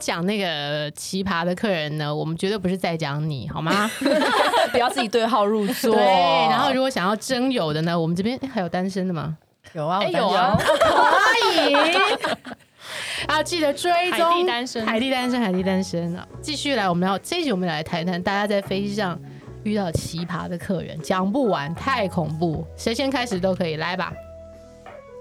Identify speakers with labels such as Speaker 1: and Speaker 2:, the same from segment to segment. Speaker 1: 讲那个奇葩的客人呢，我们绝对不是在讲你，好吗？
Speaker 2: 不要自己对号入座。
Speaker 1: 对，然后如果想要真有的呢，我们这边诶还有单身的吗？
Speaker 2: 有啊，
Speaker 1: 哎
Speaker 2: 我
Speaker 1: 有啊， 可以。啊，记得追踪
Speaker 3: 海地单身
Speaker 1: 海地单身，海地单身啊！继续来，我们要这一集我们来谈谈大家在飞机上遇到奇葩的客人，讲不完，太恐怖。谁先开始都可以，来吧。嗯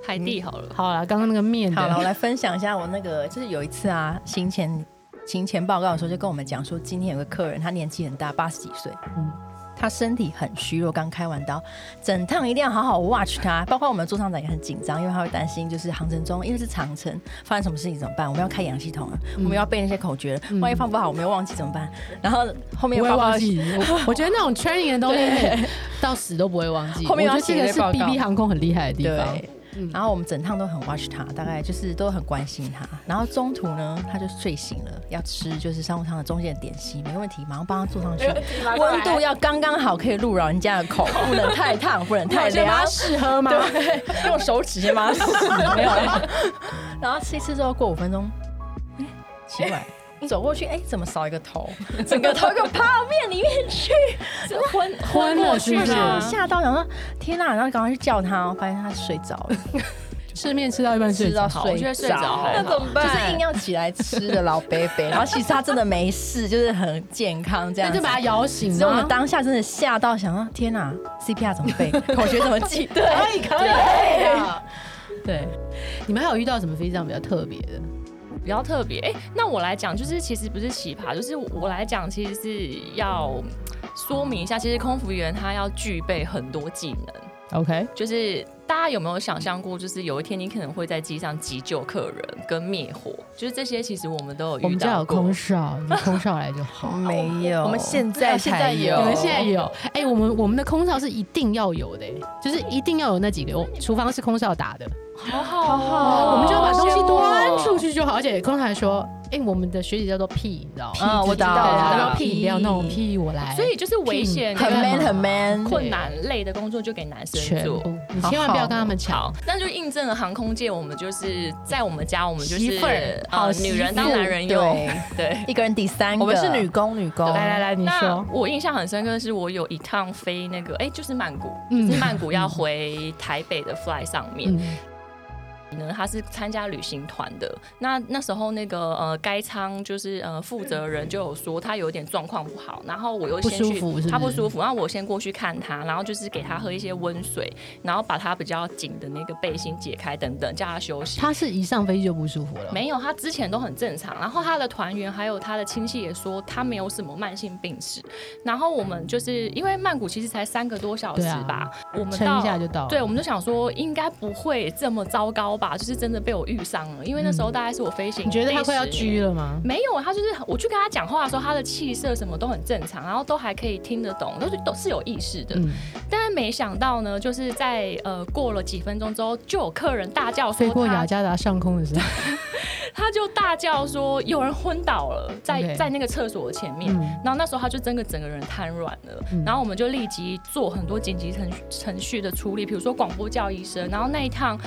Speaker 3: 海地好了，
Speaker 1: 好了，刚刚那个面
Speaker 2: 好了，
Speaker 1: 的，
Speaker 2: 我来分享一下我那个，就是有一次啊，行前行前报告的时候，就跟我们讲说，今天有个客人，他年纪很大，八十几岁，
Speaker 1: 嗯
Speaker 2: 嗯，他身体很虚弱，刚开完刀，整趟一定要好好 watch 他。包括我们座舱长也很紧张，因为他会担心，就是航程中，因为是长程，发生什么事情怎么办？我们要开氧气筒了，我
Speaker 1: 嗯
Speaker 2: 们要背那些口诀了，万一放不好，我们又忘记怎么办？然后后面
Speaker 1: 不会
Speaker 2: 报告
Speaker 1: 忘记。我我觉得那种 training 的东 西到死都不会忘记。
Speaker 2: 后面
Speaker 1: 我
Speaker 2: 要
Speaker 1: 觉得这个
Speaker 2: 写
Speaker 1: 是
Speaker 2: 那报告
Speaker 1: BB 航空很厉害的地方。嗯
Speaker 2: 对，然后我们整趟都很 watch 他，大概就是都很关心他。然后中途呢，他就睡醒了，要吃就是商务舱的中间的点心，没问题，马上帮他坐上去。温度要刚刚好，可以入扰人家的口，不能太 烫，不能太凉。
Speaker 1: 适合吗？
Speaker 2: 对，用手指先帮他洗，没有啦。然后吃一次之后，过五分钟，哎，奇 怪。走过去，哎、怎么少一个头？整个头一个泡面里面 去，昏
Speaker 1: 昏了
Speaker 2: 啊
Speaker 1: 是不是
Speaker 2: 吓到，想说天哪、然后赶快去叫他，发现他睡着了。
Speaker 1: 吃面吃到一半睡
Speaker 2: 吃到
Speaker 1: 着，
Speaker 2: 睡
Speaker 1: 好
Speaker 2: 着，
Speaker 1: 我觉得睡着还
Speaker 3: 那
Speaker 1: 好。
Speaker 3: 怎么
Speaker 2: 就
Speaker 3: 办？
Speaker 2: 是硬要起来吃的老贝贝，然后其实他真的没事，就是很健康这样
Speaker 1: 那
Speaker 2: 子
Speaker 1: 就把他啊摇醒
Speaker 2: 只是我们
Speaker 1: 吗？
Speaker 2: 当下真的吓到，想说天啊哪，CPR 怎么背，口诀怎么记？对
Speaker 1: 以可以。
Speaker 2: 对，
Speaker 1: 你们还有遇到什么飞机上比较特别的？
Speaker 3: 比较特别。哎、那我来讲，就是其实不是奇葩，就是我来讲，其实是要说明一下，其实空服员他要具备很多技能。
Speaker 1: OK，
Speaker 3: 就是大家有没有想象过，就是有一天你可能会在机上急救客人跟灭火，就是这些其实我们都有遇到
Speaker 1: 我们家有
Speaker 3: 过
Speaker 1: 空少，你空少来就好。
Speaker 2: 没有，
Speaker 4: 我们现在
Speaker 2: 现
Speaker 4: 才
Speaker 2: 在有
Speaker 4: 有，
Speaker 1: 你们现在有？哎、我们我们的空少是一定要有的、欸就是一定要有那几个。我厨房是空少打的，
Speaker 3: 好好
Speaker 1: 哦、
Speaker 3: 好
Speaker 1: 我们就要把东西端出
Speaker 3: 去。
Speaker 1: 去就好。而且空少还说，哎、我们的学姐叫做 P，你知道吗？
Speaker 2: 嗯，我知道，
Speaker 1: 对，
Speaker 2: 我
Speaker 1: 他
Speaker 2: 知
Speaker 1: 说
Speaker 2: 道
Speaker 1: P 不要弄 P 我来，
Speaker 3: 所以就是危险、
Speaker 2: 很 man，
Speaker 3: 跟
Speaker 2: 很 man
Speaker 3: 困难类的工作就给男生
Speaker 1: 全
Speaker 3: 做。
Speaker 1: 部，你千万不要跟他们抢
Speaker 3: 好。，那就印证了航空界，我们就是在我们家，我们就
Speaker 1: 媳
Speaker 3: 是
Speaker 1: 妇儿
Speaker 3: 呃
Speaker 1: 好媳妇
Speaker 3: 女人当男人用，
Speaker 2: 对，
Speaker 3: 对。
Speaker 2: 一个人第三个，
Speaker 4: 我们是女工，女工，
Speaker 1: 来来来，你
Speaker 3: 那
Speaker 1: 说，
Speaker 3: 我印象很深刻，是我有一趟飞那个，哎、就是曼谷，
Speaker 1: 嗯
Speaker 3: 就 是曼谷要回台北的 fly 上面，
Speaker 1: 嗯，
Speaker 3: 呢，他是参加旅行团的。那那时候那个呃，该舱就是呃负责人就有说他有点状况不好，然后我又先
Speaker 1: 不舒
Speaker 3: 去
Speaker 1: 服是不是
Speaker 3: 他不舒服，然后我先过去看他，然后就是给他喝一些温水，然后把他比较紧的那个背心解开等等，叫他休息。
Speaker 1: 他是一上飞机就不舒服了，
Speaker 3: 没有，他之前都很正常。然后他的团员还有他的亲戚也说他没有什么慢性病史。然后我们就是因为曼谷其实才三个多小时
Speaker 1: 对啊
Speaker 3: 吧，我们
Speaker 1: 撑
Speaker 3: 到
Speaker 1: 一下就到了。
Speaker 3: 对，我们就想说应该不会这么糟糕吧，就是真的被我遇上了，因为那时候大概是我飞行、
Speaker 1: 你觉得他快要狙？了吗？
Speaker 3: 没有，啊他就是我去跟他讲话的时候，他的气色什么都很正常，然后都还可以听得懂，都是都是有意识的。
Speaker 1: 嗯，
Speaker 3: 但是没想到呢，就是在呃过了几分钟之后，就有客人大叫说
Speaker 1: 飞过雅
Speaker 3: 他，
Speaker 1: 加达上空的时候，
Speaker 3: 他就大叫说有人昏倒了，在
Speaker 1: OK
Speaker 3: 在那个厕所的前面。
Speaker 1: 嗯，
Speaker 3: 然后那时候他就真的整个人瘫软了，
Speaker 1: 嗯
Speaker 3: 然后我们就立即做很多紧急程序程序的处理，比如说广播叫医生，然后那一趟。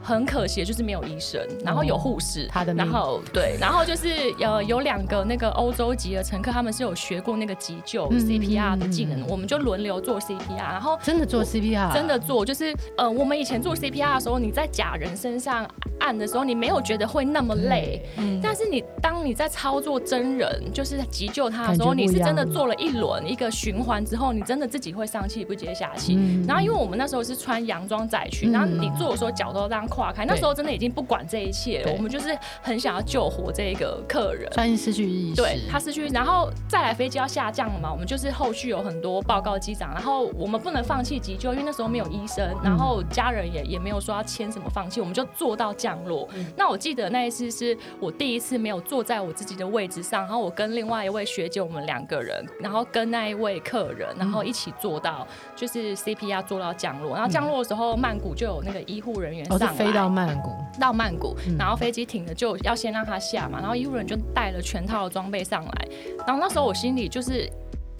Speaker 3: 很可惜，就是没有医生，然后有护士，
Speaker 1: 哦他的命
Speaker 3: 然后对，然后就是呃有两个那个欧洲籍的乘客，他们是有学过那个急救
Speaker 1: 嗯
Speaker 3: CPR 的技
Speaker 1: 嗯嗯
Speaker 3: 能，我们就轮流做 CPR，然后
Speaker 1: 真的做 CPR，
Speaker 3: 真的做，就是呃，我们以前做 CPR 的时候，你在假人身上按的时候，你没有觉得会那么累，
Speaker 1: 嗯
Speaker 3: 但是你当你在操作真人，就是急救他的时候，
Speaker 1: 感觉
Speaker 3: 你
Speaker 1: 不一样
Speaker 3: 是真的做了一轮一个循环之后，你真的自己会上气不接下气。
Speaker 1: 嗯
Speaker 3: 然后，因为我们那时候是穿洋装窄
Speaker 1: 嗯
Speaker 3: 裙，然后你做的时候脚都这样跨开，那时候真的已经不管这一切了，
Speaker 1: 对
Speaker 3: 我们就是很想要救活这个客人。
Speaker 1: 专业失去意识，
Speaker 3: 对他失去，然后再来飞机要下降了嘛，我们就是后续有很多报告机长，然后我们不能放弃急救，因为那时候没有医生，然后家人也也没有说要签什么放弃，我们就做到降落。
Speaker 1: 嗯
Speaker 3: 那我记得那一次是我第一次没有坐在我自己的位置上，然后我跟另外一位学姐，我们两个人，然后跟那一位客人，然后一起做到就是 CPR 做到降落，然后降落的时候曼谷就有那个医护人员
Speaker 1: 嗯哦，
Speaker 3: 上
Speaker 1: 是
Speaker 3: 来，
Speaker 1: 飞到曼谷，
Speaker 3: 到曼谷
Speaker 1: 嗯，
Speaker 3: 然后飞机停了就要先让他下嘛，然后医务人就带了全套的装备上来，然后那时候我心里就是。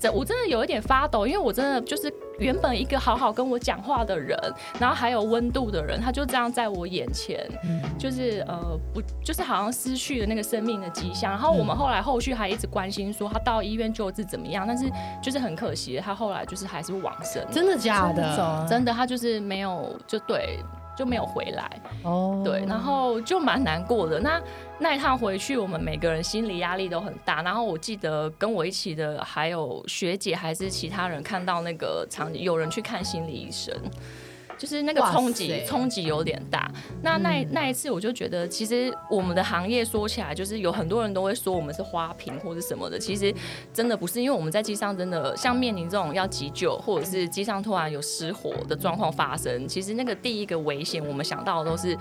Speaker 3: 这我真的有一点发抖，因为我真的就是原本一个好好跟我讲话的人，然后还有温度的人，他就这样在我眼前，就是呃不，就是好像失去了那个生命的迹象。然后我们后来后续还一直关心说他到医院救治怎么样，但是就是很可惜，他后来就是还是往生了，
Speaker 1: 真的假
Speaker 2: 真的走
Speaker 1: 的？
Speaker 2: 啊
Speaker 3: 真的他就是没有就对就没有回来。
Speaker 1: 哦
Speaker 3: 对，然后就蛮难过的。那那一趟回去，我们每个人心理压力都很大。然后我记得跟我一起的还有学姐还是其他人，看到那个场景，有人去看心理医生。就是那个
Speaker 1: 哇
Speaker 3: 冲
Speaker 1: 塞嗯
Speaker 3: 击，冲击有点大。那那那一次，我就觉得，其实我们的行业说起来，就是有很多人都会说我们是花瓶或者什么的，其实真的不是，因为我们在机上真的像面临这种要急救，或者是机上突然有失火的状况发生，其实那个第一个危险，我们想到的都是，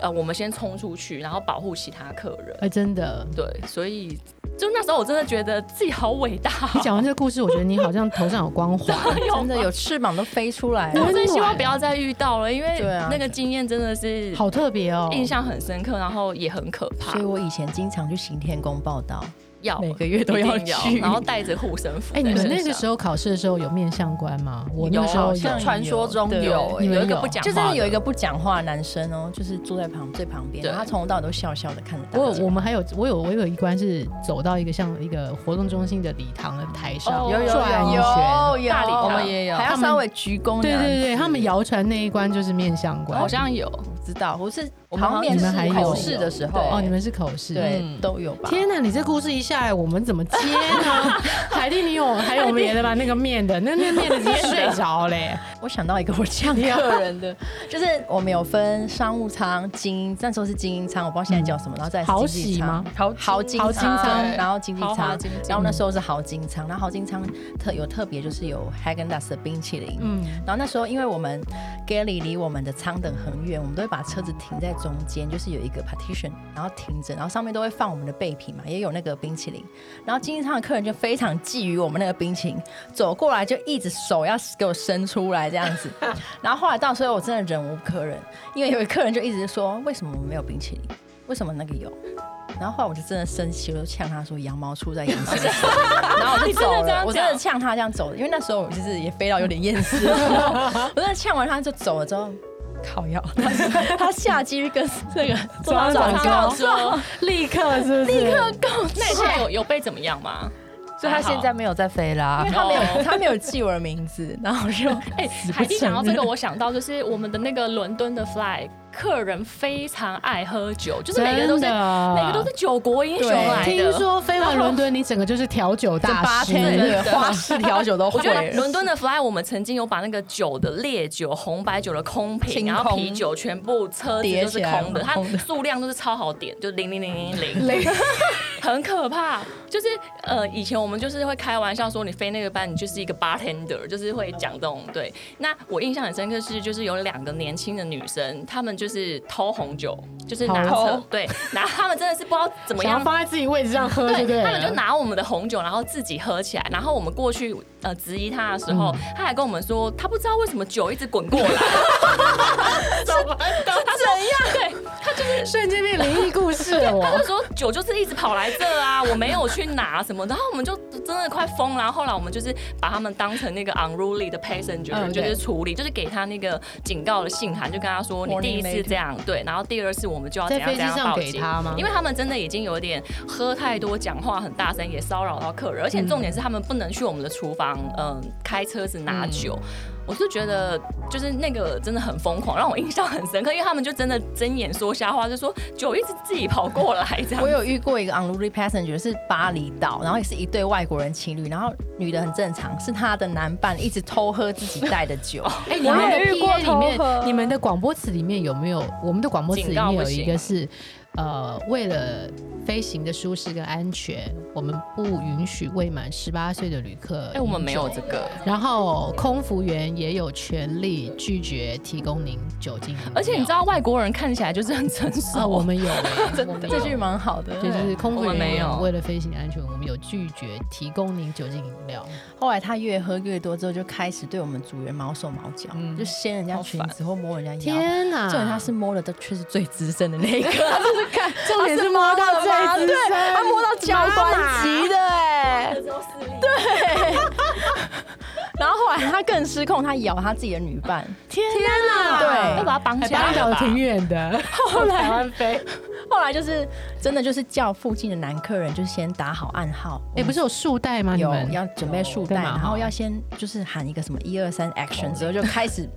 Speaker 3: 呃，我们先冲出去，然后保护其他客人。
Speaker 1: 哎，真的，
Speaker 2: 嗯
Speaker 3: 对，所以就那时候我真的觉得自己好伟大 哦、
Speaker 1: 你讲完这个故事，我觉得你好像头上有光环。
Speaker 2: 哦真的有翅膀都飞出来
Speaker 3: 我
Speaker 2: 了。
Speaker 3: 真的希望不要再遇到了，因为
Speaker 2: 对啊
Speaker 3: 那个经验真的是
Speaker 1: 好特别哦，
Speaker 3: 印象很深刻，然后也很可怕
Speaker 2: 所以。我以前经常去行天宫报道，
Speaker 3: 要
Speaker 2: 每个月都
Speaker 3: 一定
Speaker 2: 要
Speaker 3: 要
Speaker 2: 去
Speaker 3: 然后带着护身符。
Speaker 1: 哎、你们那个时候考试的时候有面相官吗？我那
Speaker 3: 有
Speaker 1: 个时候
Speaker 3: 好像
Speaker 1: 有
Speaker 2: 啊传说中
Speaker 3: 对
Speaker 2: 有
Speaker 1: 你
Speaker 2: 欸
Speaker 1: 们
Speaker 3: 有一个
Speaker 1: 有
Speaker 3: 不讲
Speaker 2: 就
Speaker 3: 话的，
Speaker 2: 是有一个不讲话的男生哦，就是坐在旁最旁边，
Speaker 3: 对
Speaker 2: 然后他从头到尾都笑笑的看着大
Speaker 1: 我
Speaker 2: 家。
Speaker 1: 有，我们还有，我有，我有一关是走到一个像一个活动中心的礼堂的台上，
Speaker 3: 哦
Speaker 2: 有有
Speaker 1: 转一圈
Speaker 2: 有有
Speaker 3: 大礼堂
Speaker 2: 我们也有，还
Speaker 1: 他
Speaker 2: 要
Speaker 1: 们
Speaker 2: 稍微鞠躬。
Speaker 1: 对对对，他们谣传那一关就是面相官，
Speaker 3: 好像 有，
Speaker 2: 知道，我是
Speaker 1: 我们
Speaker 2: 好像面
Speaker 1: 你们还有
Speaker 2: 试考试的时候，
Speaker 1: 哦，你们是口试。
Speaker 2: 对
Speaker 4: 嗯
Speaker 2: 都有吧？
Speaker 1: 天哪！你这故事一下来，我们怎么接 呢？海蒂，你有还有别的吧？那个面的，那那面的直接睡着嘞。
Speaker 2: 我想到一个我呛客人的，就是我们有分商务舱、精英，那时候是精英舱，我不知道现在叫什么，然后再
Speaker 1: 豪
Speaker 2: 是经济
Speaker 1: 喜
Speaker 2: 舱
Speaker 1: 吗？
Speaker 2: 豪豪金
Speaker 1: 豪金舱
Speaker 2: 对然后经济
Speaker 3: 豪华
Speaker 2: 舱
Speaker 3: 经济，
Speaker 2: 然后那时候是豪金舱，然后豪金舱特有特别就是有 Hagen d a s 的冰淇淋，
Speaker 1: 嗯，
Speaker 2: 然后那时候，因为我们 galley 离我们的舱等很远，我们都会把车子停在中间，就是有一个 partition，然后停着，然后上面都会放我们的备品嘛，也有那个冰淇淋。然后经济舱的客人就非常觊觎我们那个冰淇淋，走过来就一直手要给我伸出来这样子。然后后来到时候我真的忍无可忍，因为有一个客人就一直说，为什么我们没有冰淇淋？为什么那个有？然后后来我就真的生气，我就呛他说：“羊毛出在羊身 上。”然后我就走
Speaker 3: 你真的这样
Speaker 2: 了，
Speaker 3: 讲
Speaker 2: 我真的呛他这样走的，因为那时候我就是也飞到有点厌 世了，我真的呛完他就走了之后。靠 药，他他下机跟那个
Speaker 1: 中央
Speaker 2: 长
Speaker 1: 长
Speaker 2: 告
Speaker 1: 告
Speaker 2: 状，
Speaker 1: 立刻是不是？立刻
Speaker 3: 那你现在有有被怎么样吗？
Speaker 4: 所以他现在没有在飞啦
Speaker 2: 因为。他没有他没有记我的名字，然后我 就
Speaker 3: 哎，海蒂讲到这个，我想到就是我们的那个伦敦的 fly，客人非常爱喝酒，就是每个都是
Speaker 1: 真的
Speaker 3: 每个都是酒国英雄
Speaker 2: 啊对
Speaker 3: 来
Speaker 1: 听
Speaker 3: 的。
Speaker 1: 说飞完伦敦，你整个就是调酒大
Speaker 2: 八
Speaker 1: 师，
Speaker 2: 天
Speaker 3: 对
Speaker 2: 的花式调酒都
Speaker 3: 我
Speaker 2: 会
Speaker 3: 觉得
Speaker 2: 了。
Speaker 3: 伦敦的 fly，我们曾经有把那个酒的烈酒、红白酒的空
Speaker 2: 清
Speaker 3: 瓶，然后
Speaker 2: 空
Speaker 3: 啤酒全部车子
Speaker 2: 叠
Speaker 3: 都是
Speaker 2: 起来
Speaker 3: 空的，它
Speaker 2: 空的
Speaker 3: 数量都是超好点，就零零零零零，很可怕。就是呃，以前我们就是会开玩笑说，你飞那个班，你就是一个 bartender，就是会讲这种对。那我印象很深刻是，就是有两个年轻的女生，她们就是偷红酒，就是拿
Speaker 1: 偷
Speaker 3: 车对拿，她们真的是不知道怎么
Speaker 1: 想
Speaker 3: 样
Speaker 1: 要放在自己位置上喝，对不对
Speaker 3: 对，
Speaker 1: 了？
Speaker 3: 他们就拿我们的红酒，然后自己喝起来。然后我们过去呃质疑他的时候，
Speaker 1: 嗯
Speaker 3: 他还跟我们说，他不知道为什么酒一直滚过来，怎么怎样？对，
Speaker 1: 瞬间变灵异故事 了，我
Speaker 3: 他就说酒就是一直跑来这 啊，我没有去拿什么。然后我们就真的快疯了。然后后来我们就是把他们当成那个 unruly 的 passenger，、
Speaker 1: 嗯
Speaker 3: 就
Speaker 1: 对
Speaker 3: 是处理，就是给他那个警告的信函，就跟他说你
Speaker 2: Warning
Speaker 3: 第一次
Speaker 2: letter
Speaker 3: 这样对，然后第二次我们就要怎样
Speaker 1: 在飞
Speaker 3: 怎
Speaker 1: 机上
Speaker 3: 样报
Speaker 1: 给
Speaker 3: 警
Speaker 1: 他吗
Speaker 3: 因为他们真的已经有点喝太多，讲话很大声，也骚扰到客人，而且重
Speaker 1: 嗯
Speaker 3: 点是他们不能去我们的厨房，嗯、开车子拿酒。我是觉得，就是那个真的很疯狂，让我印象很深刻，因为他们就真的睁眼说瞎话，就说酒一直自己跑过来这样
Speaker 2: 我。有遇过一个 unruly passenger 是巴厘岛，然后也是一对外国人情侣，然后女的很正常，是她的男伴一直偷喝自己带的酒，
Speaker 1: 哎、你们的
Speaker 4: 我也遇过
Speaker 1: PA 里
Speaker 4: 头
Speaker 1: 面，
Speaker 4: 合
Speaker 1: 你们的广播词里面有没有？我们的广播词里面有一个是，呃，为了飞行的舒适跟安全，我们不允许未满十八岁的旅客。
Speaker 3: 哎、我们没有。这个，
Speaker 1: 然后空服员也有权利拒绝提供您酒精饮料，
Speaker 3: 而且你知道外国人看起来就是很成
Speaker 1: 啊，
Speaker 3: 熟，
Speaker 1: 我 们有、欸，我们有
Speaker 2: 这句蛮好的。
Speaker 1: 对就是空服
Speaker 3: 我们
Speaker 1: 员
Speaker 3: 没有
Speaker 1: 为了飞行安全，我们有拒绝提供您酒精饮料。
Speaker 3: 哦
Speaker 2: 后来她越喝越多之后，就开始对我们组员毛手毛脚，就掀人家裙子或摸人家腰。
Speaker 1: 嗯天哪！
Speaker 2: 重点她是摸了的却是最资深的那一个，她就是是看，
Speaker 4: 重点是摸到
Speaker 2: 他是妈妈
Speaker 4: 这一只
Speaker 2: 对，
Speaker 4: 山
Speaker 2: 他摸到脚
Speaker 3: 啊
Speaker 2: 短级的哎、
Speaker 3: 只有四粒。
Speaker 2: 然后后来他更失控，他咬他自己的女伴，
Speaker 4: 天
Speaker 2: 对
Speaker 3: 啊要把它绑起
Speaker 1: 巴
Speaker 3: 来
Speaker 1: 厘。岛挺远的，
Speaker 2: 后来
Speaker 4: 台湾飞，
Speaker 2: 后来就是真的就是叫附近的男客人，就是先打好暗号。
Speaker 1: 哎，不是有束带吗？你
Speaker 2: 有
Speaker 1: 们
Speaker 2: 要准备束
Speaker 1: 对
Speaker 2: 带，
Speaker 1: 嘛
Speaker 2: 然
Speaker 1: 哈
Speaker 2: 后要先就是喊一个什么一二三 action 之后就开始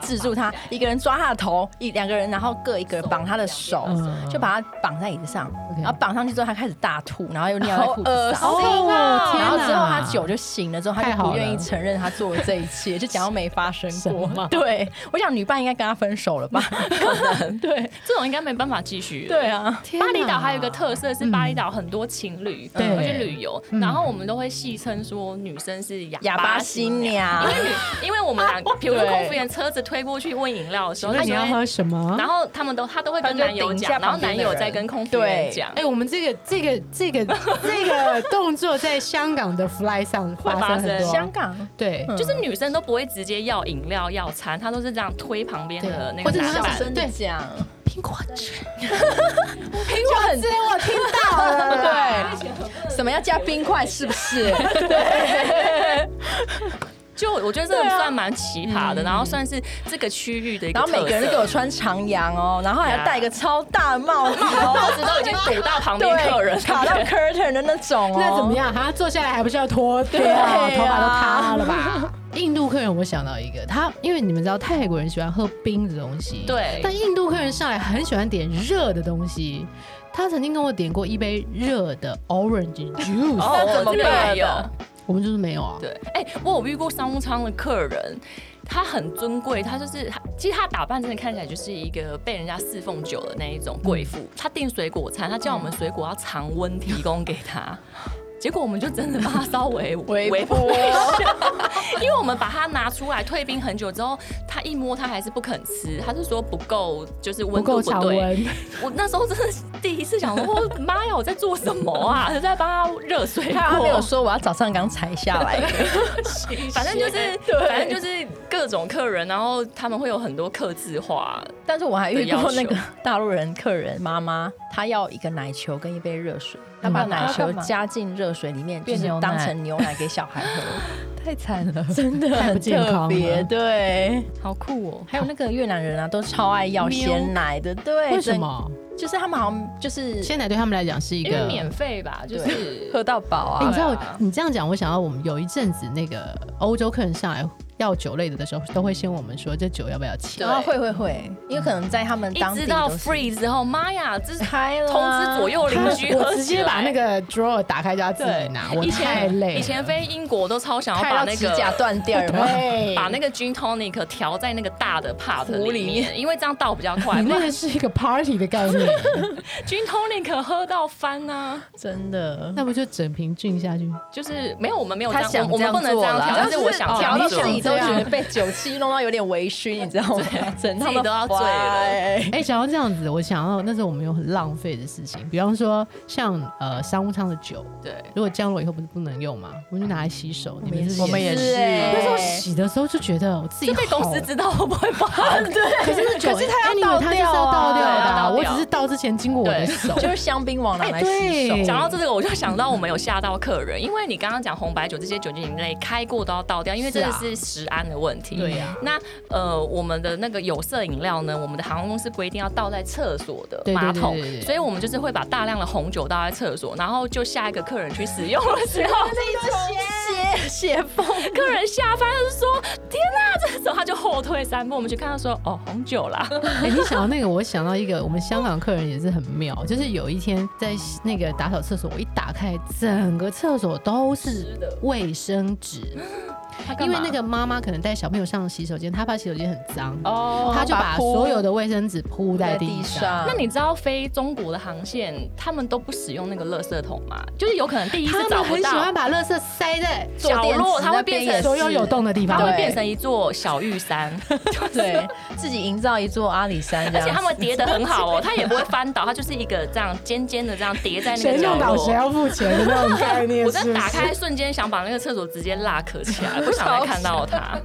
Speaker 2: 制住他，一个人抓他的头，一两个人然后各一个绑他的手
Speaker 1: 嗯，
Speaker 2: 就把他绑在椅子上，
Speaker 1: OK
Speaker 2: 然后绑上去之后他开始大吐，然后又尿在裤子上。
Speaker 1: 好恶心啊
Speaker 2: 然后之
Speaker 1: 天
Speaker 2: 后
Speaker 1: 哪
Speaker 2: 他酒就醒了，之后他
Speaker 1: 太
Speaker 2: 就
Speaker 1: 好了
Speaker 2: 不愿意承认他做了这一切，就假装没发 生
Speaker 1: 什
Speaker 2: 过
Speaker 1: 么。
Speaker 2: 对，我想女伴应该跟他分 手了吧？ 对
Speaker 3: 这种应该没办法继续。
Speaker 2: 对。啊，
Speaker 1: 天哪
Speaker 3: 巴厘岛还有一个特色是巴厘岛很多情侣
Speaker 1: 对
Speaker 3: 会去旅游，然后我们都会戏称说女生是
Speaker 2: 哑
Speaker 3: 哑
Speaker 2: 巴
Speaker 3: 巴
Speaker 2: 新
Speaker 3: 新
Speaker 2: 娘
Speaker 3: 娘，因为女因为我们两个，比如说
Speaker 2: 对
Speaker 3: 空服员车子推过去问饮料的时候，
Speaker 1: 那
Speaker 3: 他
Speaker 1: 你
Speaker 3: 就
Speaker 1: 要
Speaker 3: 会
Speaker 1: 喝什么？
Speaker 3: 然后他们都他都会
Speaker 2: 啊他
Speaker 3: 跟
Speaker 2: 就
Speaker 3: 男友
Speaker 2: 顶一
Speaker 3: 讲
Speaker 2: 下，
Speaker 3: 然后
Speaker 2: 旁边
Speaker 3: 男
Speaker 2: 的
Speaker 3: 友
Speaker 2: 人
Speaker 3: 再跟空服员
Speaker 2: 对
Speaker 3: 讲
Speaker 1: 哎、。我们这个这个这个这个动作在香港的 fly 上发
Speaker 3: 会发
Speaker 1: 生很
Speaker 3: 生
Speaker 1: 多，
Speaker 2: 香港
Speaker 1: 对。
Speaker 2: 嗯
Speaker 3: 就是女生都不会直接要饮料要餐，她都是这样推旁边的那
Speaker 1: 或
Speaker 3: 个
Speaker 1: 者是
Speaker 3: 男
Speaker 1: 她
Speaker 2: 小
Speaker 3: 伴
Speaker 1: 是
Speaker 2: 声地讲，
Speaker 1: 苹果汁，
Speaker 2: 苹果很
Speaker 1: 我听到了
Speaker 2: 对，什么要加冰块是不是？
Speaker 3: 就我觉得这算蛮奇葩的，然后算是这个区域的一个
Speaker 2: 啊然
Speaker 3: 特
Speaker 2: 后
Speaker 3: 色。
Speaker 2: 每个人都给我穿长洋哦，然后还要戴一个超大的帽子
Speaker 3: 帽
Speaker 2: 哦，
Speaker 3: 子都已经堵到旁边客人
Speaker 2: 对，，卡到 curtain 的那种哦。
Speaker 1: 那怎么？样？他坐下来还不是要脱掉？
Speaker 2: 对啊
Speaker 1: 头发都塌了吧？印度客人，我想到一个，他因为你们知道泰国人喜欢喝冰的东西，。
Speaker 3: 对，
Speaker 1: 但印度客人上来很喜欢点热的东西，他曾经跟我点过一杯热的 orange juice，、
Speaker 2: 哦那怎么
Speaker 3: 这个
Speaker 2: 办
Speaker 3: 也有
Speaker 2: 啊？
Speaker 1: 我们就是没有啊。
Speaker 3: 对，哎、我有遇过商务舱的客人，他很尊贵，他就是他，其实他打扮真的看起来就是一个被人家侍奉久的那一种贵妇。他订水果餐，他叫我们水果要常温提供给他。结果我们就真的把他稍微
Speaker 2: 微波
Speaker 3: 波一下，因为我们把它拿出来退冰很久之后，他一摸他还是不肯吃，他是说不够，就是
Speaker 1: 不
Speaker 3: 温
Speaker 1: 够
Speaker 3: 度 不
Speaker 1: 常
Speaker 3: 对。
Speaker 1: 温，
Speaker 3: 我那时候真的是第一次想说，我妈呀，我在做什么啊？在帮他热水果。
Speaker 2: 他还没有说我要早上刚裁下来，
Speaker 3: 反正就是，反正就是各种客人，然后他们会有很多客制化，
Speaker 2: 但是我还遇
Speaker 3: 的要
Speaker 2: 过
Speaker 3: 求
Speaker 2: 那个大陆人客人妈妈，她要一个奶球跟一杯热水，她把
Speaker 4: 嗯
Speaker 2: 奶
Speaker 4: 她
Speaker 2: 球
Speaker 4: 干嘛
Speaker 2: 加进热水里面，就
Speaker 4: 变
Speaker 2: 是
Speaker 4: 牛奶
Speaker 2: 当成牛奶给小孩喝，
Speaker 4: 太惨了，
Speaker 2: 真的
Speaker 1: 太不
Speaker 2: 很
Speaker 1: 健康了
Speaker 2: 特别。对，
Speaker 3: 好酷哦！
Speaker 2: 还有那个越南人啊，都超爱要鲜奶的，对，
Speaker 1: 为什？么？
Speaker 2: 就是他们好像就是
Speaker 1: 鲜奶对他们来讲是一
Speaker 3: 因
Speaker 1: 个
Speaker 3: 为免费吧，就是
Speaker 2: 喝到饱
Speaker 1: 欸、你
Speaker 2: 啊
Speaker 1: 知，道
Speaker 3: 对啊
Speaker 1: 你这样讲，我想到我们有一阵子那个欧洲客人上来要酒类的的时候，都会先问我们说这酒要不要钱。
Speaker 2: 然后啊会会会，因为可能在他们
Speaker 3: 一
Speaker 2: 当地
Speaker 3: 知道
Speaker 2: 都是
Speaker 3: free 之后，妈呀，这是
Speaker 2: 开了
Speaker 3: 通
Speaker 2: 啊
Speaker 3: 知左右邻居
Speaker 1: 我
Speaker 3: 喝
Speaker 1: 直
Speaker 3: 起
Speaker 1: 接
Speaker 3: 来
Speaker 1: 把那个 drawer 打开就要自己
Speaker 3: 对
Speaker 1: 拿，我
Speaker 3: 以
Speaker 1: 太
Speaker 3: 前
Speaker 1: 累了。
Speaker 3: 以前飞英国都超想要
Speaker 2: 开
Speaker 3: 把
Speaker 2: 到
Speaker 3: 那
Speaker 2: 指甲
Speaker 3: 个。
Speaker 2: 断掉，有没有？
Speaker 1: 对，
Speaker 3: 把那个 gin tonic 调在那个大的 pot
Speaker 2: 壶里
Speaker 3: 里面，因为这样倒比较快。
Speaker 1: 你
Speaker 3: 不
Speaker 1: 那
Speaker 3: 然
Speaker 1: 个是一个 party 的概 念，
Speaker 3: gin tonic 喝到翻啊，
Speaker 2: 真的。
Speaker 1: 那不就整瓶菌下去？
Speaker 3: 就是没有我们没有
Speaker 2: 他
Speaker 3: 这
Speaker 2: 想
Speaker 3: 样，哦我们不能这样
Speaker 2: 做啦哦
Speaker 3: 调，但是我想
Speaker 2: 调到
Speaker 3: 这样
Speaker 2: 自
Speaker 3: 做啊
Speaker 2: 己都
Speaker 1: 这样
Speaker 2: 觉得被酒气弄到有点微醺，你知道吗？ 整趟
Speaker 3: 自己都要醉了
Speaker 2: 哎
Speaker 1: 哎、想要这样子，我想到那时候我们有很浪费的事情，比方说像呃商务舱的酒，
Speaker 3: 对，
Speaker 1: 如果降落以后不是不能用嘛，我们就拿来洗手。你们是不是
Speaker 4: 我们也是
Speaker 2: 哎
Speaker 1: 那时候洗的时候就觉得我自己
Speaker 3: 就欸被公司
Speaker 1: 好哎
Speaker 3: 知道会不会不好？
Speaker 1: 可是那酒，
Speaker 2: 可是它要
Speaker 1: anyway，
Speaker 2: 倒
Speaker 1: 它就是
Speaker 2: 掉
Speaker 1: 要
Speaker 2: 啊
Speaker 1: 倒掉的
Speaker 3: 对
Speaker 1: 啊，
Speaker 3: 要倒
Speaker 1: 我
Speaker 3: 掉
Speaker 1: 只是倒之前经过我的
Speaker 3: 对
Speaker 1: 手，
Speaker 2: 就是香槟王拿来洗手
Speaker 1: 哎对，
Speaker 3: 讲到这个，我就想到我们有吓到客人，因为你刚刚讲红白酒这些酒精饮类开过都要倒掉，因为
Speaker 1: 是
Speaker 3: 这
Speaker 1: 啊
Speaker 3: 个是食安的问题。
Speaker 1: 对呀
Speaker 3: 那呃，我们的那个有色饮料呢，我们的航空公司规定要倒在厕所的
Speaker 1: 对对
Speaker 3: 马
Speaker 1: 对
Speaker 3: 桶
Speaker 1: 对对对，
Speaker 3: 所以我们就是会把大量的红酒倒在厕所，然后就下一个客人去使用的时候，
Speaker 2: 这一只鞋鞋缝，
Speaker 3: 客人下翻他就说：“天哪、这时候他就后退三步，我们就看到说：“哦，红酒啦。
Speaker 1: 哎、你想到那个，我想到一个，我们香港客人也是很妙，就是有一天在那个打扫厕所，我一打开，整个厕所都
Speaker 3: 湿
Speaker 1: 是
Speaker 3: 的
Speaker 1: 卫生纸，因为那个妈妈可能带小朋友上洗手间，她怕洗手间很脏，
Speaker 2: 哦
Speaker 1: 她就把所有的卫生纸铺在
Speaker 2: 在
Speaker 1: 地
Speaker 2: 地
Speaker 1: 上。
Speaker 2: 上，
Speaker 3: 那你知道飞中国的航线，他们都不使用那个垃圾桶吗？就是有可能第一
Speaker 1: 他
Speaker 3: 是
Speaker 1: 们
Speaker 3: 找不
Speaker 1: 很喜
Speaker 3: 到，
Speaker 1: 欢把垃圾塞在
Speaker 2: 坐
Speaker 3: 角
Speaker 2: 电池
Speaker 3: 落它会
Speaker 2: 那边
Speaker 3: 变成
Speaker 2: 也
Speaker 1: 所有
Speaker 2: 是
Speaker 1: 有洞的地
Speaker 3: 它
Speaker 1: 方，
Speaker 3: 会变成一座小玉山，
Speaker 2: 对自己营造一座阿里山这
Speaker 3: 而
Speaker 2: 样
Speaker 3: 且
Speaker 2: 子，
Speaker 3: 他们叠的很 好哦，它也不会翻倒，它就是一个这样尖尖的这样叠在那
Speaker 1: 谁
Speaker 3: 个角
Speaker 1: 弄倒
Speaker 3: 落。
Speaker 1: 谁要付钱的那种 概念。
Speaker 3: 我
Speaker 1: 是
Speaker 3: 在
Speaker 1: 不是
Speaker 3: 打开瞬间想把那个厕所直接拉壳起来，不想再看 到它，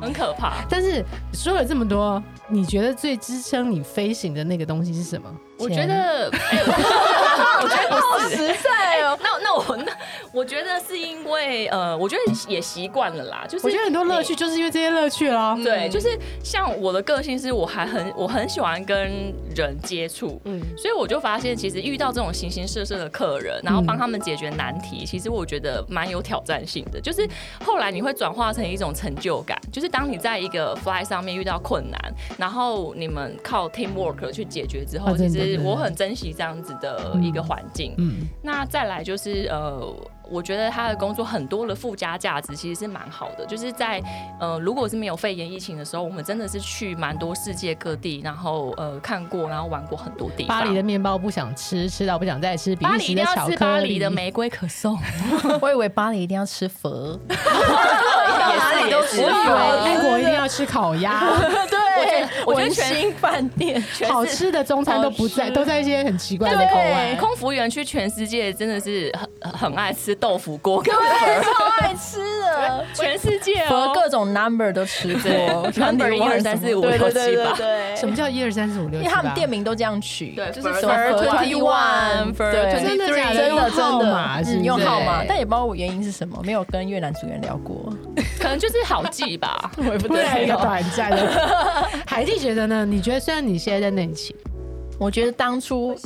Speaker 3: 很可怕。
Speaker 1: 但是说了这么多，你觉得最支撑你飞行的那个东西是什么？
Speaker 3: 我觉得，哎我我觉得不是实在哦。那那我那我觉得是因为呃，我觉得也习惯了啦，就是
Speaker 1: 我觉得很多乐趣就是因为这些乐趣啦。
Speaker 3: 对，就是像我的个性是我还很我很喜欢跟人接触，
Speaker 1: 嗯，
Speaker 3: 所以我就发现其实遇到这种形形色色的客人，然后
Speaker 1: 嗯
Speaker 3: 帮他们解决难题，其实我觉得蛮有挑战性的。就是后来你会转化成一种成就感，就是当你在一个 fly 上面遇到困难，然后你们靠 teamwork 去解决之
Speaker 1: 啊
Speaker 3: 后，
Speaker 1: 真
Speaker 3: 其
Speaker 1: 的真
Speaker 3: 实
Speaker 1: 的
Speaker 3: 我很珍惜这样子的一个环境。
Speaker 1: 嗯，
Speaker 3: 那再来就是呃，我觉得他的工作很多的附加价值其实是蛮好的，就是在呃，如果是没有肺炎疫情的时候，我们真的是去蛮多世界各地，然后呃看过，然后玩过很多地方。
Speaker 1: 巴黎的面包不想吃，吃到不想再吃。比
Speaker 3: 巴
Speaker 1: 利
Speaker 3: 黎
Speaker 1: 时
Speaker 3: 一
Speaker 1: 的巧
Speaker 3: 定要
Speaker 1: 克力，
Speaker 3: 吃巴黎的玫瑰可颂，哦
Speaker 2: 我以为巴黎一定要吃佛，
Speaker 3: 巴
Speaker 2: 黎都吃
Speaker 1: 我以为
Speaker 2: 对
Speaker 1: 泰国一定要吃烤鸭，
Speaker 2: 对
Speaker 3: 我觉得我觉得
Speaker 2: 文
Speaker 3: 全
Speaker 2: 心饭店，
Speaker 3: 全
Speaker 1: 好
Speaker 3: 是
Speaker 1: 吃的中餐都不在，
Speaker 3: 好吃
Speaker 1: 都在一些很奇怪的
Speaker 2: 对
Speaker 1: 口味。
Speaker 3: 哎空服员去全世界真的是很很爱吃豆腐锅，
Speaker 2: 对，超爱吃的，
Speaker 3: 全世界
Speaker 2: 佛
Speaker 3: 哦，
Speaker 2: 各种 number 都吃
Speaker 3: 对
Speaker 2: 过
Speaker 3: number 一二三四五六七八
Speaker 2: 对
Speaker 1: 什么叫一二三四五六
Speaker 2: 因
Speaker 1: 七
Speaker 2: 为
Speaker 1: 八？
Speaker 2: 他们店名都这样取，
Speaker 3: 对
Speaker 2: 就是
Speaker 3: ，Forever
Speaker 2: 什么
Speaker 3: 21 Forever
Speaker 2: 对
Speaker 1: 真的假的
Speaker 2: 真的
Speaker 1: 用
Speaker 2: 真
Speaker 1: 号
Speaker 2: 的
Speaker 1: 码
Speaker 2: 嗯
Speaker 1: 是不是
Speaker 2: 用号码，但也不知道我原因是什么，没有跟越南组员聊过，
Speaker 3: 可能就是好记吧。
Speaker 2: 我也不
Speaker 1: 不然一个
Speaker 2: 道。
Speaker 1: 短暂的。海蒂觉得呢？你觉得虽然你现在在内勤，
Speaker 2: 我觉得当初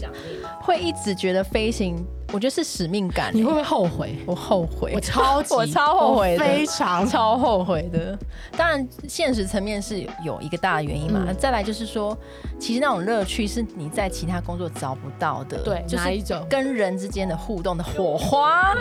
Speaker 2: 会一直觉得飞行，我觉得是使命感欸。
Speaker 1: 你会不会后悔？
Speaker 2: 我后悔，
Speaker 1: 我超级，
Speaker 2: 我超后悔的
Speaker 1: 我非常。
Speaker 2: 超后悔的。当然，现实层面是有一个大的原因嘛。
Speaker 1: 嗯
Speaker 2: 再来就是说，其实那种乐趣是你在其他工作找不到的，
Speaker 1: 对
Speaker 2: 就
Speaker 1: 哪
Speaker 2: 是
Speaker 1: 一种
Speaker 2: 跟人之间的互动的 火花。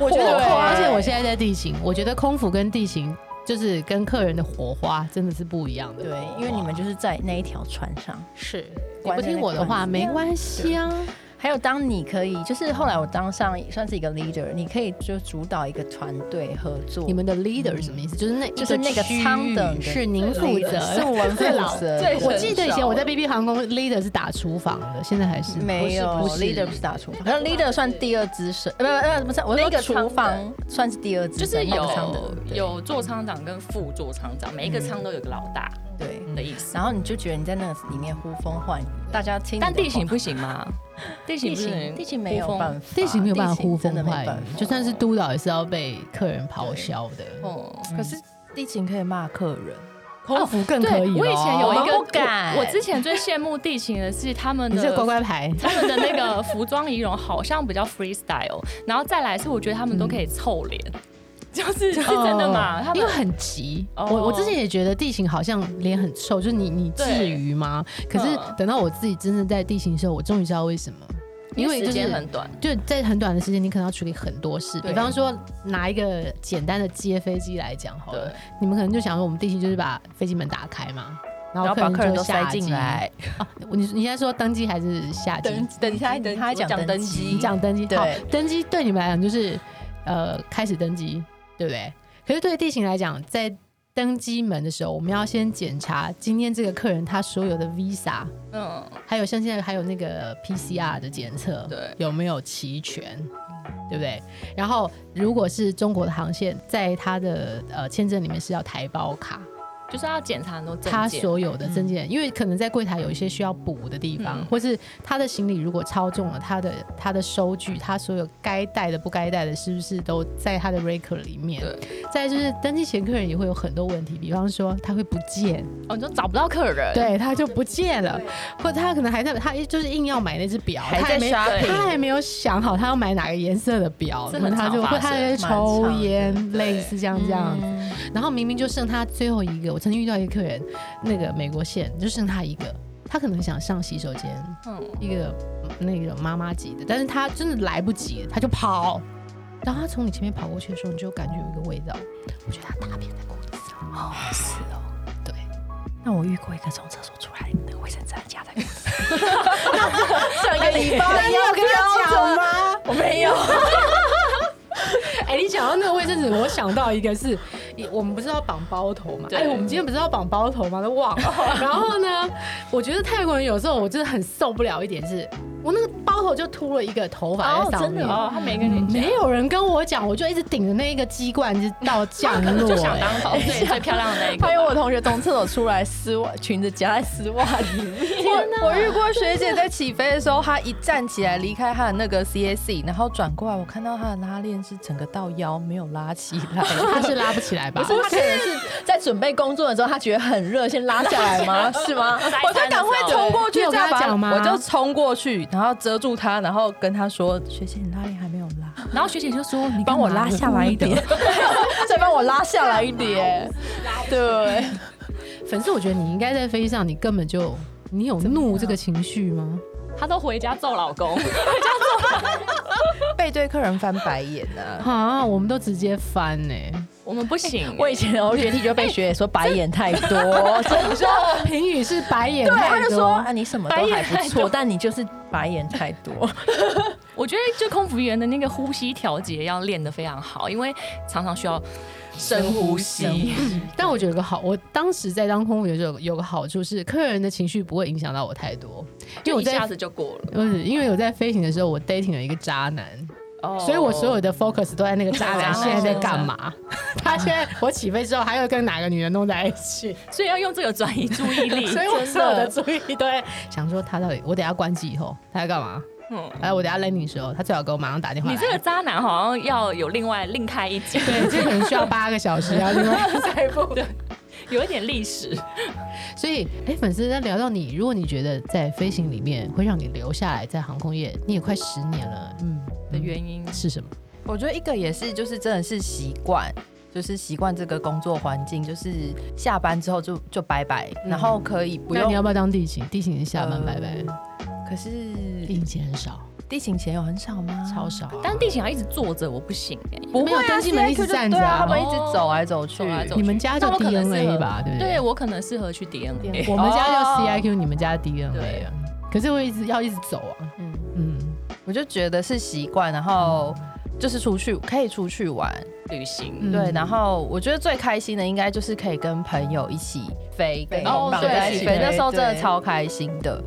Speaker 1: 我觉得
Speaker 2: 火
Speaker 1: 空，
Speaker 2: 花
Speaker 1: 而且我现在在地形，我觉得空服跟地形就是跟客人的火花真的是不一样的火
Speaker 2: 对
Speaker 1: 花。，
Speaker 2: 因为你们就是在那一条船上。
Speaker 1: 是你
Speaker 2: 关
Speaker 1: 不
Speaker 2: 在
Speaker 1: 听
Speaker 2: 那
Speaker 1: 我的
Speaker 2: 罐
Speaker 1: 话
Speaker 2: 子
Speaker 1: 没关系啊。
Speaker 2: 还有，当你可以，就是后来我当上算是一个 leader，你可以就主导一个团队合作。
Speaker 1: 你们的 leader 是什么意思？就是那
Speaker 2: 就是那个
Speaker 1: 区域
Speaker 2: 舱等的
Speaker 1: 是您负
Speaker 2: leader，
Speaker 1: 责，
Speaker 2: 是我们
Speaker 1: 最老
Speaker 2: 负责。
Speaker 3: 最
Speaker 1: 我记得以前我在 BB 航空 leader 是打厨房的，现在还是吗
Speaker 2: 没有
Speaker 1: 不是
Speaker 2: leader 不是打厨房，可能 leader 算第二资深，呃不呃不是，我
Speaker 3: 那
Speaker 2: 那
Speaker 3: 个
Speaker 2: 个厨
Speaker 3: 舱
Speaker 2: 房算是第二资
Speaker 3: 就
Speaker 2: 深，
Speaker 3: 是
Speaker 2: 那个舱的
Speaker 3: 有有座舱长跟副座舱长，每一个舱都有个老大
Speaker 2: 对。
Speaker 3: 的意思。
Speaker 2: 然后你就觉得你在那里面呼风唤雨，大家听你的话。
Speaker 3: 但地形不行吗？地
Speaker 2: 地
Speaker 3: 形不
Speaker 2: 形
Speaker 3: 能
Speaker 2: 地形没有
Speaker 3: 呼风
Speaker 2: 办法，
Speaker 1: 地形没有办法呼
Speaker 2: 真
Speaker 1: 风
Speaker 2: 的没
Speaker 1: 唤
Speaker 2: 办
Speaker 1: 雨，
Speaker 2: 法。
Speaker 1: 就算是督导也是要被客人咆哮的。
Speaker 3: 哦，
Speaker 2: 可是地形可以骂客人，
Speaker 1: 空服更
Speaker 3: 对
Speaker 1: 可以咯。啊哦
Speaker 3: 我以前有一个
Speaker 2: 我不敢
Speaker 3: 我我之前最羡慕地形的是他们
Speaker 1: 你这个
Speaker 3: 的
Speaker 1: 乖乖牌，
Speaker 3: 他们的那个服装仪容好像比较 freestyle，然后再来是我觉得他们都可以凑脸，就是是真的吗？他
Speaker 1: 哦因
Speaker 3: 们
Speaker 1: 为很急，
Speaker 3: 哦
Speaker 1: 我我之前也觉得地形好像脸很臭，就是你你
Speaker 3: 对
Speaker 1: 至于吗？可是
Speaker 3: 嗯
Speaker 1: 等到我自己真正在地形的时候，我终于知道为什么，因为就
Speaker 3: 时间
Speaker 1: 是
Speaker 3: 很短，
Speaker 1: 就在很短的时间，你可能要处理很多事，
Speaker 2: 对
Speaker 1: 比方说拿一个简单的接飞机来讲好了
Speaker 3: 对，
Speaker 1: 你们可能就想说我们地形就是把飞机门打开嘛，然
Speaker 2: 然
Speaker 1: 后
Speaker 2: 后把
Speaker 1: 客
Speaker 2: 客人
Speaker 1: 人
Speaker 2: 都
Speaker 1: 就
Speaker 2: 塞
Speaker 1: 下
Speaker 2: 进
Speaker 1: 机。
Speaker 2: 来，
Speaker 1: 你你现在说登机还是下机？
Speaker 2: 等他
Speaker 3: 登
Speaker 2: 他
Speaker 3: 我
Speaker 2: 讲
Speaker 3: 讲
Speaker 2: 登
Speaker 3: 登
Speaker 2: 机
Speaker 1: 你
Speaker 3: 机，
Speaker 1: 讲登机，
Speaker 2: 对
Speaker 1: 好，登机对你们来讲就是呃开始登机，对不对？可是对地形来讲，在登机门的时候，我们要先检查今天这个客人他所有的 visa，
Speaker 3: 嗯，
Speaker 1: 还有像现在还有那个 PCR 的检测，
Speaker 3: 对
Speaker 1: 有没有齐全，对不对？然后如果是中国的航线，在它的呃签证里面是要台胞卡，
Speaker 3: 就是要检查很多证
Speaker 1: 他
Speaker 3: 件，
Speaker 1: 所有的证件，因为可能在柜台有一些需要补的地方，
Speaker 3: 嗯
Speaker 1: 或是他的行李如果超重了，他的他的收据，他所有该带的不该带的，是不是都在他的 raker 里面？
Speaker 3: 对
Speaker 1: 再来就是登记前客人也会有很多问题，比方说他会不见，
Speaker 3: 哦，你就找不到客人，哦
Speaker 1: 对，他就不见了，或者他可能还在他就是硬要买那只表，
Speaker 2: 还
Speaker 1: 他
Speaker 2: 在
Speaker 1: 没。
Speaker 2: shopping
Speaker 1: 他还没有想好他要买哪个颜色的表，
Speaker 3: 这
Speaker 1: 然后
Speaker 3: 很
Speaker 1: 他
Speaker 3: 常
Speaker 1: 就
Speaker 3: 发
Speaker 1: 或他在
Speaker 2: 生蛮
Speaker 1: 抽
Speaker 2: 常的
Speaker 1: 烟，
Speaker 3: 对嗯
Speaker 1: 类似这样这样子。然后明明就剩他最后一个，我曾经遇到一个客人，那个美国线就剩他一个，他可能想上洗手间，
Speaker 3: 嗯，
Speaker 1: 一个嗯那个妈妈级的，但是他真的来不及，他就跑，然后他从你前面跑过去的时候，你就感觉有一个味道，我觉得他大便在裤子上，
Speaker 2: 哦，是哦。
Speaker 1: 对，
Speaker 2: 那我遇过一个从厕所出来，那个卫生纸还夹在 裤子，
Speaker 3: 像一个
Speaker 2: 尾
Speaker 1: 哎
Speaker 2: 巴一样飘着
Speaker 1: 吗？
Speaker 2: 我没有。
Speaker 1: 哎、你讲到那个卫生纸，我想到一个是，我们不是要绑包头嘛？
Speaker 3: 对
Speaker 1: 哎、我们今天不是要绑包头吗？都忘了。然后呢，我觉得泰国人有时候我真的很受不了一点是，我那个包头就秃了一个头发在上面。
Speaker 3: 哦，他没跟你讲
Speaker 1: 嗯没，有人跟我讲，我就一直顶着那一个鸡冠一直到降
Speaker 3: 可能
Speaker 1: 落、
Speaker 3: 就想
Speaker 1: 哎
Speaker 3: 当好最最漂亮的 那一个吧。
Speaker 2: 还有我同学从厕所出来，丝袜裙子夹在丝袜里面。
Speaker 4: 我我遇过学姐在起飞的时候，她一站起来离开她的那个 CAC，然后转过来，我看到她的拉链是整个到腰没有拉起 来。
Speaker 1: 他是拉不起来吧？
Speaker 2: 不是，他可能是在准备工作的时候，他觉得很热，先拉下来 吗？是吗？
Speaker 4: 我就赶快冲过去，
Speaker 1: 你有跟她
Speaker 4: 这样把
Speaker 1: 讲吗
Speaker 4: 我就冲过去，然后遮住她，然后跟她说：“学姐，你拉链还没有拉，
Speaker 3: 然后学姐就说：“你
Speaker 4: 帮我拉下来一点。
Speaker 3: 干嘛
Speaker 2: 再帮我拉下来一点。对，
Speaker 1: 粉丝，我觉得你应该在飞机上，你根本就你有怒这个情绪吗？”
Speaker 3: 她都回家揍老公，
Speaker 4: 背对客人翻白眼 啊！
Speaker 1: 啊，我们都直接翻哎呢、
Speaker 3: 我们不 行。
Speaker 2: 我以前的 O 学 T 就被学姐说白眼太多，所以你说。
Speaker 1: 评语是白眼
Speaker 2: 对，
Speaker 1: 太
Speaker 2: 他就
Speaker 1: 多
Speaker 2: 说啊，你什么
Speaker 3: 白
Speaker 2: 都
Speaker 3: 眼
Speaker 2: 还不
Speaker 3: 太
Speaker 2: 错，
Speaker 3: 多
Speaker 2: 但你就是白眼太多。
Speaker 3: 我觉得就空服员的那个呼吸调节要练得非常好，因为常常需要深呼吸。
Speaker 1: 但我觉得有个好，我当时在当空服员的时候有有个好处是，客人的情绪不会影响到我太多，因为
Speaker 3: 哦就
Speaker 1: 我
Speaker 3: 一
Speaker 1: 在
Speaker 3: 下子就过了，
Speaker 1: 不是因为我在飞行的时候，我 dating 了一个渣男，
Speaker 3: 哦
Speaker 1: 所以我所有的 focus 都在那个渣男
Speaker 3: 渣男
Speaker 1: 现在在干 嘛。他现在我起飞之后，还要跟哪个女人弄在一 起，
Speaker 3: 所以要用这个转移注意 力。
Speaker 1: 所以我所有的注意都在想说他到底，我等一下关机以后他在干嘛？
Speaker 3: 嗯
Speaker 1: 哎，我等一下 landing 的时候，他最好给我马上打电话来。
Speaker 3: 你这个渣男好像要有另外另开一集，
Speaker 1: 对，这可能需要八个小时 啊，另外。
Speaker 3: 对不对？ 有一点历史，
Speaker 1: 所以，哎，粉丝在聊到你，如果你觉得在飞行里面会让你留下来，在航空业你也快十年了，嗯，
Speaker 3: 的原因
Speaker 1: 是什么？
Speaker 4: 我觉得一个也是，就是真的是习惯，就是习惯这个工作环境，就是下班之后就就拜拜，
Speaker 2: 嗯
Speaker 4: 然后可以不
Speaker 1: 那
Speaker 4: 用
Speaker 1: 你要。不要当地勤？地勤是下班
Speaker 4: 呃
Speaker 1: 拜拜，
Speaker 4: 可是
Speaker 1: 地勤很少，
Speaker 4: 地勤钱有很少吗？
Speaker 1: 超少。啊
Speaker 3: 但地勤要一直坐着，我不行哎、
Speaker 4: 不
Speaker 1: 没有登机门一直
Speaker 4: CIQ 就
Speaker 1: 站着
Speaker 4: 对啊，
Speaker 1: 啊
Speaker 4: 他们一直走来走去
Speaker 3: 走。来
Speaker 2: 嗯
Speaker 3: 走
Speaker 1: 你们家就
Speaker 3: 那我可能
Speaker 1: DNA
Speaker 3: 是
Speaker 1: 吧，对不
Speaker 3: 对
Speaker 1: 对？
Speaker 3: 我可能适合去 DNA，
Speaker 1: 我们家
Speaker 4: 哦
Speaker 1: 就 CIQ，你们家 DNA
Speaker 3: 对
Speaker 1: 啊。可是我一直要一直走啊，
Speaker 4: 嗯，
Speaker 1: 嗯，
Speaker 4: 我就觉得是习惯，然后就是出去可以出去玩，
Speaker 3: 旅行。
Speaker 1: 嗯
Speaker 4: 对。然后我觉得最开心的应该就是可以跟朋友一起飞，跟
Speaker 2: 然后
Speaker 4: 同伴在哦一起
Speaker 3: 对
Speaker 4: 飞，那时候真的
Speaker 2: 对
Speaker 4: 超开心的。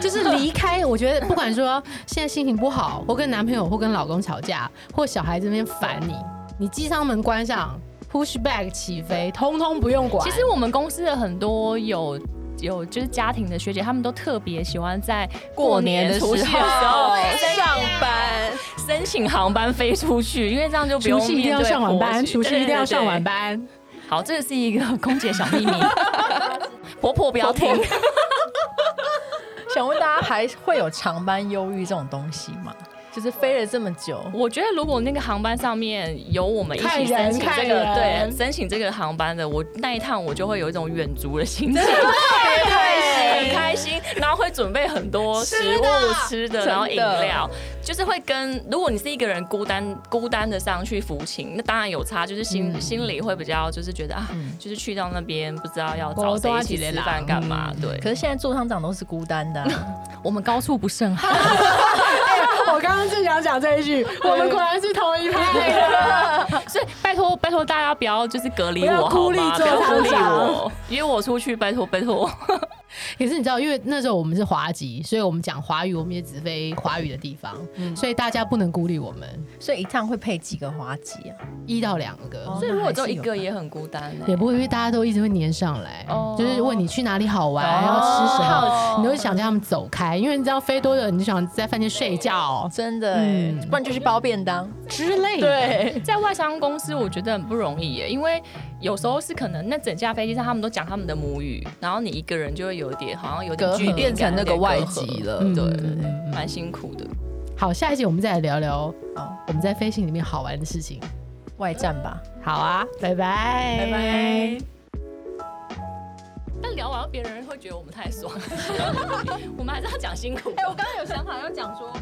Speaker 1: 就是离开，我觉得不管说现在心情不好，或跟男朋友或跟老公吵架，或小孩这边烦你，你机舱门关上，push back 起飞，通通不用管。
Speaker 3: 其实我们公司的很多有有就是家庭的学姐，她们都特别喜欢在
Speaker 4: 过年的时候
Speaker 3: 除夕的时候
Speaker 4: 上班，
Speaker 3: 申请航班飞出去，因为这样就不
Speaker 1: 除
Speaker 3: 用
Speaker 1: 夕一定要
Speaker 3: 面对
Speaker 1: 上晚班，
Speaker 3: 婆媳
Speaker 1: 除夕一定要上晚。
Speaker 3: 对对对
Speaker 1: 班。
Speaker 3: 对好，这是一个空姐小秘密，婆婆不要听。
Speaker 2: 想问大家还会有长班忧郁这种东西吗？就是飞了这么久，
Speaker 3: 我觉得如果那个航班上面有我们一
Speaker 1: 看
Speaker 3: 起
Speaker 1: 人
Speaker 3: 申请
Speaker 1: 看
Speaker 3: 这个，
Speaker 1: 人
Speaker 3: 对，申请这个航班的，我那一趟我就会有一种远足的心情，
Speaker 4: 开
Speaker 3: 很开 心，然后会准备很多食物、吃的，然后饮料，就是会跟。如果你是一个人孤单孤单的上去服勤，那当然有差，就是心、心里会比较就是觉得啊，就是去到那边不知道要找谁一起吃饭干嘛。对，
Speaker 2: 可是现在座舱长都是孤单的啊、
Speaker 3: 我们高处不胜寒，
Speaker 1: 我刚刚正想讲这一句，我们果然是同一派的。
Speaker 3: 所以拜托拜托大家不要就是隔离
Speaker 1: 不要
Speaker 3: 我
Speaker 1: 孤
Speaker 3: 好
Speaker 1: 立
Speaker 3: 吗？不
Speaker 1: 座
Speaker 3: 要
Speaker 1: 舱
Speaker 3: 孤立
Speaker 1: 长
Speaker 3: 我，约我出去，拜托拜托。
Speaker 1: 可是你知道，因为那时候我们是华籍，所以我们讲华语，我们也只飞华语的地方，
Speaker 3: 嗯
Speaker 1: 所以大家不能孤立我们，
Speaker 2: 所以一趟会配几个花旗啊？
Speaker 1: 一到两个。
Speaker 2: 哦
Speaker 3: 所以如果只
Speaker 2: 那
Speaker 3: 有
Speaker 2: 还是
Speaker 3: 一
Speaker 2: 有
Speaker 3: 个也很孤单、欸，
Speaker 1: 也不会，因为大家都一直会黏上来，
Speaker 3: 哦
Speaker 1: 就是问你去哪里好玩，
Speaker 4: 哦
Speaker 1: 要吃什么，
Speaker 3: 好奇
Speaker 1: 你都会想叫他们走开，因为你知道飞多了，你就想在饭店睡觉
Speaker 2: 真的、欸，
Speaker 1: 嗯
Speaker 2: 不然就去包便当。
Speaker 1: 之类的。，
Speaker 2: 对，
Speaker 3: 在外商公司，我觉得很不容易耶，因为有时候是可能那整架飞机上他们都讲他们的母语，然后你一个人就会有点好像有点
Speaker 4: 隔
Speaker 3: 距离
Speaker 4: 阂
Speaker 3: 感
Speaker 4: 变成那个外
Speaker 3: 有
Speaker 4: 籍
Speaker 3: 点
Speaker 4: 了
Speaker 3: 隔阂
Speaker 1: 嗯
Speaker 3: 对
Speaker 1: 嗯嗯嗯
Speaker 3: 蛮辛苦的。
Speaker 1: 好，下一集我们再来聊聊
Speaker 3: 嗯
Speaker 2: 哦
Speaker 1: 我们在飞行里面好玩的事情。
Speaker 2: 外战吧。
Speaker 1: 好啊，拜拜，
Speaker 3: 拜。拜。但聊 完别人会觉得我们太爽，我们还是要讲辛苦。
Speaker 4: 刚刚有想法要讲说，